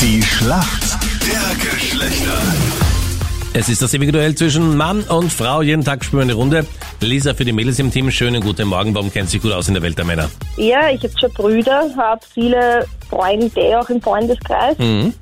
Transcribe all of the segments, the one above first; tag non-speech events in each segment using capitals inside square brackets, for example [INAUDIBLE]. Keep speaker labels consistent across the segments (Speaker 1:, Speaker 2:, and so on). Speaker 1: Die Schlacht der Geschlechter.
Speaker 2: Es ist das ewige Duell zwischen Mann und Frau. Jeden Tag spielen wir eine Runde. Lisa für die Mädels im Team. Schönen guten Morgen. Warum kennt sich gut aus in der Welt der Männer?
Speaker 3: Ja, ich habe schon Brüder, habe viele Freunde, eh auch im Freundeskreis. Bin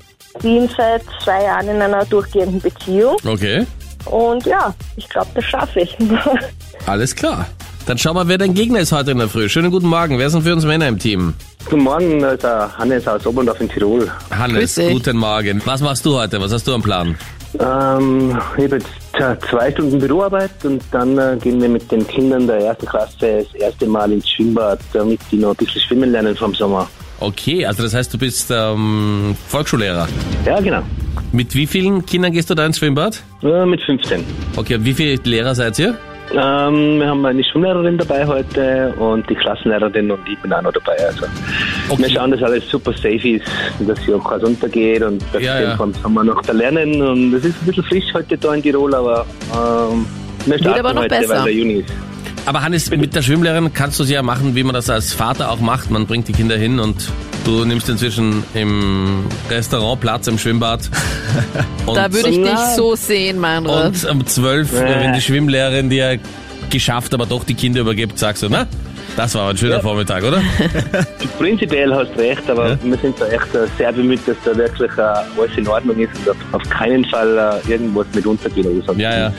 Speaker 3: seit zwei Jahren in einer durchgehenden Beziehung.
Speaker 2: Okay.
Speaker 3: Und ja, ich glaube, das schaffe ich. [LAUGHS]
Speaker 2: Alles klar. Dann schau mal, wer dein Gegner ist heute in der Früh. Schönen guten Morgen. Wer sind für uns Männer im Team?
Speaker 4: Guten Morgen, da ist der Hannes aus Oberndorf in Tirol.
Speaker 2: Hannes, guten Morgen. Was machst du heute? Was hast du am Plan?
Speaker 4: Ähm, ich habe jetzt äh, zwei Stunden Büroarbeit und dann äh, gehen wir mit den Kindern der ersten Klasse das erste Mal ins Schwimmbad, damit die noch ein bisschen schwimmen lernen vom Sommer.
Speaker 2: Okay, also das heißt, du bist ähm, Volksschullehrer.
Speaker 4: Ja, genau.
Speaker 2: Mit wie vielen Kindern gehst du da ins Schwimmbad?
Speaker 4: Äh, mit 15.
Speaker 2: Okay, und wie viele Lehrer seid ihr?
Speaker 4: Ähm, wir haben eine Schwimmlehrerin dabei heute und die Klassenlehrerin und ich bin auch noch dabei. Also
Speaker 2: Okay.
Speaker 4: Wir schauen, dass alles super safe ist, dass hier auch keins untergeht und dass
Speaker 2: Ja,
Speaker 4: wir
Speaker 2: ja.
Speaker 4: vom Sommer noch da lernen. Und es ist ein bisschen frisch heute da in Tirol, aber ähm, wir starten
Speaker 5: aber noch
Speaker 4: heute,
Speaker 5: besser.
Speaker 4: weil der Juni ist.
Speaker 2: Aber Hannes, mit der Schwimmlehrerin kannst du es ja machen, wie man das als Vater auch macht. Man bringt die Kinder hin und du nimmst inzwischen im Restaurant Platz im
Speaker 5: [LAUGHS]
Speaker 2: Schwimmbad. Und,
Speaker 5: Da würde ich dich
Speaker 4: Nein.
Speaker 5: so sehen, Meinrad.
Speaker 2: und um zwölf, äh, wenn die Schwimmlehrerin dir geschafft, aber doch die Kinder übergibt, sagst du, na, das war ein schöner Vormittag,
Speaker 5: [LAUGHS]
Speaker 2: oder?
Speaker 4: Prinzipiell hast du recht, aber wir sind da echt äh, sehr bemüht, dass da wirklich äh, alles in Ordnung ist und auf, auf keinen Fall äh, irgendwas mit untergehen oder sonst
Speaker 2: Ja, ja.
Speaker 4: was.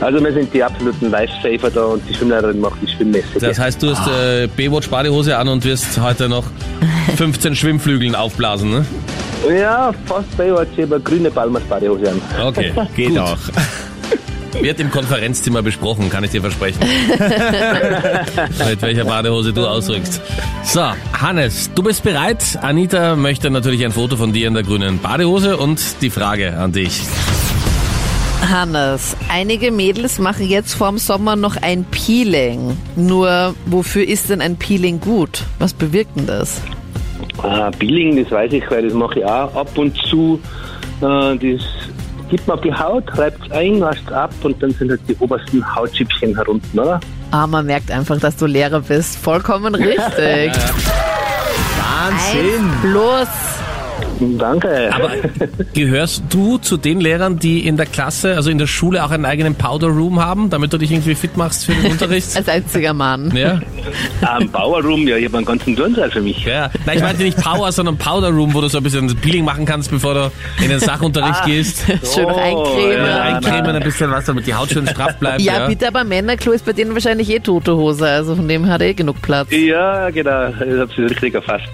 Speaker 4: Also wir sind die absoluten Lifesaver da und die Schwimmlehrerin macht die Schwimmmäßig.
Speaker 2: Das heißt, du hast äh, Baywatch Badehose an und wirst heute
Speaker 5: [LAUGHS]
Speaker 2: noch 15 Schwimmflügeln aufblasen, ne?
Speaker 4: ja, fast bei euch über grüne Palmas-Badehose an.
Speaker 2: Okay.
Speaker 1: Geht
Speaker 2: gut.
Speaker 1: auch.
Speaker 2: Wird im Konferenzzimmer besprochen, kann ich dir
Speaker 1: [LAUGHS]
Speaker 2: versprechen. Mit welcher Badehose du ausrückst. So, Hannes, du bist bereit. Anita möchte natürlich ein Foto von dir in der grünen Badehose und die Frage an dich.
Speaker 5: Hannes, einige Mädels machen jetzt vorm Sommer noch ein Peeling. Nur, wofür ist denn ein Peeling gut? Was bewirkt denn das?
Speaker 4: Ah, Peeling, das weiß ich, weil das mache ich auch ab und zu. Äh, das gibt man auf die Haut, reibt es ein, wascht ab und dann sind halt die obersten Hautschüppchen herunten, oder?
Speaker 5: Ah, man merkt einfach, dass du Lehrer bist. Vollkommen [LAUGHS] richtig.
Speaker 1: Wahnsinn.
Speaker 5: Los!
Speaker 4: Danke.
Speaker 2: Aber gehörst du zu den Lehrern, die in der Klasse, also in der Schule auch einen eigenen Powder Room haben, damit du dich irgendwie fit machst für den Unterricht?
Speaker 5: Als einziger Mann.
Speaker 2: Ja,
Speaker 4: Am Bauerrum, ja, ich habe einen ganzen Turnsaal für mich.
Speaker 2: ja. Nein, ich meinte nicht Power, sondern Powder Room, wo du so ein bisschen Peeling machen kannst, bevor du in den Sachunterricht gehst.
Speaker 5: Schön noch
Speaker 4: Oh,
Speaker 5: eincremen.
Speaker 4: ja,
Speaker 2: Eincremen, ein bisschen was, damit die Haut schön straff bleibt.
Speaker 5: Ja, bitte, aber Männerklo ist bei denen wahrscheinlich eh tote Hose, also von dem hat er eh genug Platz.
Speaker 4: Ja, genau, ich habe es richtig erfasst.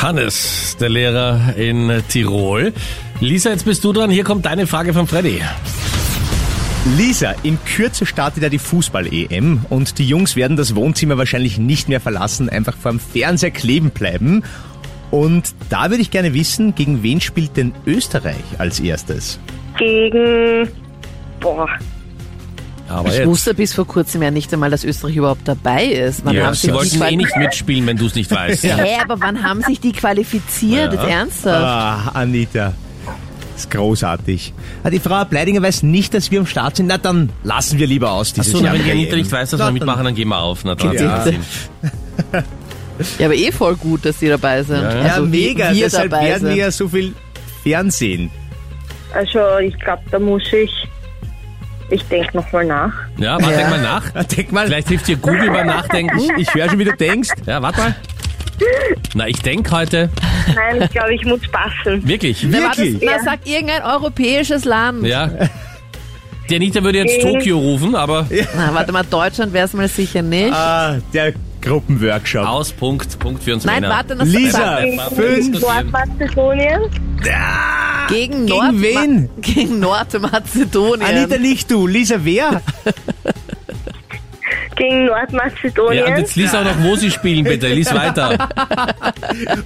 Speaker 2: Hannes, der Lehrer in Tirol. Lisa, jetzt bist du dran. Hier kommt deine Frage von Freddy.
Speaker 1: Lisa, in Kürze startet ja die Fußball-EM und die Jungs werden das Wohnzimmer wahrscheinlich nicht mehr verlassen, einfach vor dem Fernseher kleben bleiben. Und da würde ich gerne wissen, gegen wen spielt denn Österreich als erstes?
Speaker 3: Gegen. Boah,
Speaker 2: Aber
Speaker 5: Ich wusste bis vor kurzem ja nicht einmal, dass Österreich überhaupt dabei ist. Wann
Speaker 2: ja,
Speaker 5: haben
Speaker 2: sie
Speaker 5: sich die
Speaker 2: wollten eh
Speaker 5: quali-
Speaker 2: nicht mitspielen, wenn du [LAUGHS] es nicht weißt.
Speaker 5: Hä, aber wann haben sich die qualifiziert? Jetzt ernsthaft?
Speaker 1: Ah, Anita. Das ist großartig. Ah, Die Frau Bleidinger weiß nicht, dass wir am Start sind. Na, dann lassen wir lieber aus dieses
Speaker 2: Achso,
Speaker 1: Jahr
Speaker 2: wenn die
Speaker 1: bei
Speaker 2: Anita
Speaker 1: EM.
Speaker 2: nicht weiß, dass
Speaker 1: Na,
Speaker 2: wir
Speaker 1: dann-
Speaker 2: mitmachen, dann gehen wir auf. Na, dann
Speaker 1: Ja.
Speaker 2: hat's keinen Sinn.
Speaker 5: Ja, aber eh voll gut, dass die dabei sind.
Speaker 1: Ja,
Speaker 5: Also wie-
Speaker 1: mega.
Speaker 5: Wir
Speaker 1: Deshalb
Speaker 5: dabei
Speaker 1: werden wir
Speaker 5: sind.
Speaker 1: ja so viel Fernsehen.
Speaker 3: also ich glaube, da muss ich. Ich denke nochmal nach.
Speaker 2: ja warte
Speaker 5: Ja.
Speaker 2: mal nach.
Speaker 1: Ah, Denk mal,
Speaker 2: Vielleicht hilft dir Google beim [LAUGHS] Nachdenken.
Speaker 1: ich höre schon, wie du denkst.
Speaker 2: Ja, warte mal. Na, ich denke heute.
Speaker 3: Nein, ich glaube, ich muss passen.
Speaker 2: Wirklich.
Speaker 5: Na, warte,
Speaker 1: Wirklich?
Speaker 5: Na, sag irgendein europäisches Land.
Speaker 2: Ja. Die Anita würde jetzt
Speaker 3: Gegen-
Speaker 2: Tokio rufen, aber
Speaker 5: Na, warte mal, Deutschland wäre es mal sicher nicht.
Speaker 1: Ah, der Gruppenworkshop.
Speaker 2: aus Punkt, Punkt für uns
Speaker 5: Nein,
Speaker 2: Männer.
Speaker 5: warte, das
Speaker 1: genau. Lisa, fünf.
Speaker 3: Nordmazedonien?
Speaker 5: Gegen,
Speaker 1: Gegen
Speaker 5: Nordma-
Speaker 1: wen?
Speaker 5: Gegen Nordmazedonien.
Speaker 1: Anita, nicht du. Lisa, wer?
Speaker 3: Gegen
Speaker 2: Ja, und
Speaker 3: Nordmazedonien?
Speaker 2: jetzt lies auch noch, wo sie spielen, bitte. Lies weiter.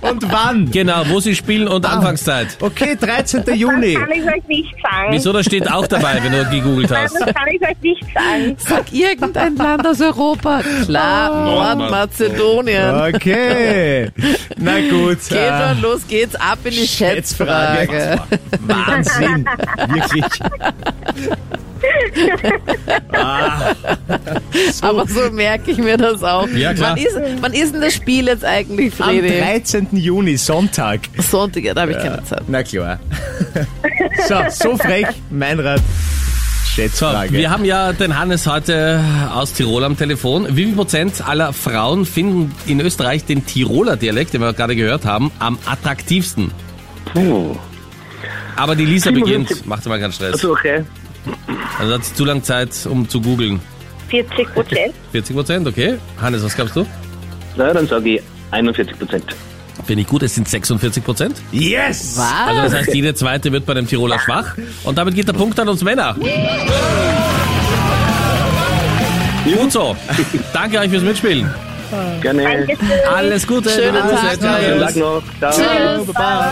Speaker 1: Und wann?
Speaker 2: Genau, wo sie spielen und Anfangszeit.
Speaker 1: Okay, 13.
Speaker 3: das
Speaker 1: Juni.
Speaker 3: kann ich euch nicht sagen.
Speaker 2: Wieso, das steht auch dabei, wenn du gegoogelt
Speaker 3: Nein,
Speaker 2: hast.
Speaker 3: das kann ich euch nicht sagen.
Speaker 5: Sag irgendein Land aus Europa. Klar,
Speaker 1: Ah.
Speaker 5: Nordmazedonien.
Speaker 1: Okay. Na gut.
Speaker 5: Geht
Speaker 1: ah,
Speaker 5: schon, los geht's, ab in die Schätzfrage. [LAUGHS]
Speaker 1: Schätzfrage. Wahnsinn. Wirklich.
Speaker 5: Aber so merke ich mir das auch.
Speaker 2: Ja, klar.
Speaker 5: Wann ist, wann ist denn das Spiel jetzt eigentlich,
Speaker 1: Am
Speaker 5: Fredi?
Speaker 1: 13. Juni, Sonntag.
Speaker 5: Sonntag, ja, da habe ich keine Zeit.
Speaker 1: Na klar. so, so frech, mein Rat.
Speaker 2: So,
Speaker 1: Schätzfrage.
Speaker 2: wir haben ja den Hannes heute aus Tirol am Telefon. Wie viel Prozent aller Frauen finden in Österreich den Tiroler Dialekt, den wir gerade gehört haben, am attraktivsten?
Speaker 4: Puh.
Speaker 2: Aber die Lisa
Speaker 4: 57.
Speaker 2: beginnt. Macht sie mal keinen Stress.
Speaker 4: Also, okay.
Speaker 2: Also hat sie zu lange Zeit, um zu googeln.
Speaker 3: 40 Prozent.
Speaker 2: 40 Prozent, okay. Hannes, was glaubst du?
Speaker 4: Na, dann sage ich 41 Prozent.
Speaker 2: Finde ich gut, es sind 46 Prozent.
Speaker 1: Yes!
Speaker 2: Also
Speaker 5: Was?
Speaker 2: das heißt, jede zweite wird bei dem Tiroler schwach. Und damit geht der Punkt an uns Männer. Gut so. Danke euch fürs Mitspielen.
Speaker 4: Gerne.
Speaker 3: Dankeschön.
Speaker 2: Alles Gute.
Speaker 5: Schönen
Speaker 2: Alles
Speaker 5: Tag
Speaker 2: Gute.
Speaker 5: noch.
Speaker 4: Schönen Tag noch. Ciao.
Speaker 5: Tschüss.
Speaker 1: Baba.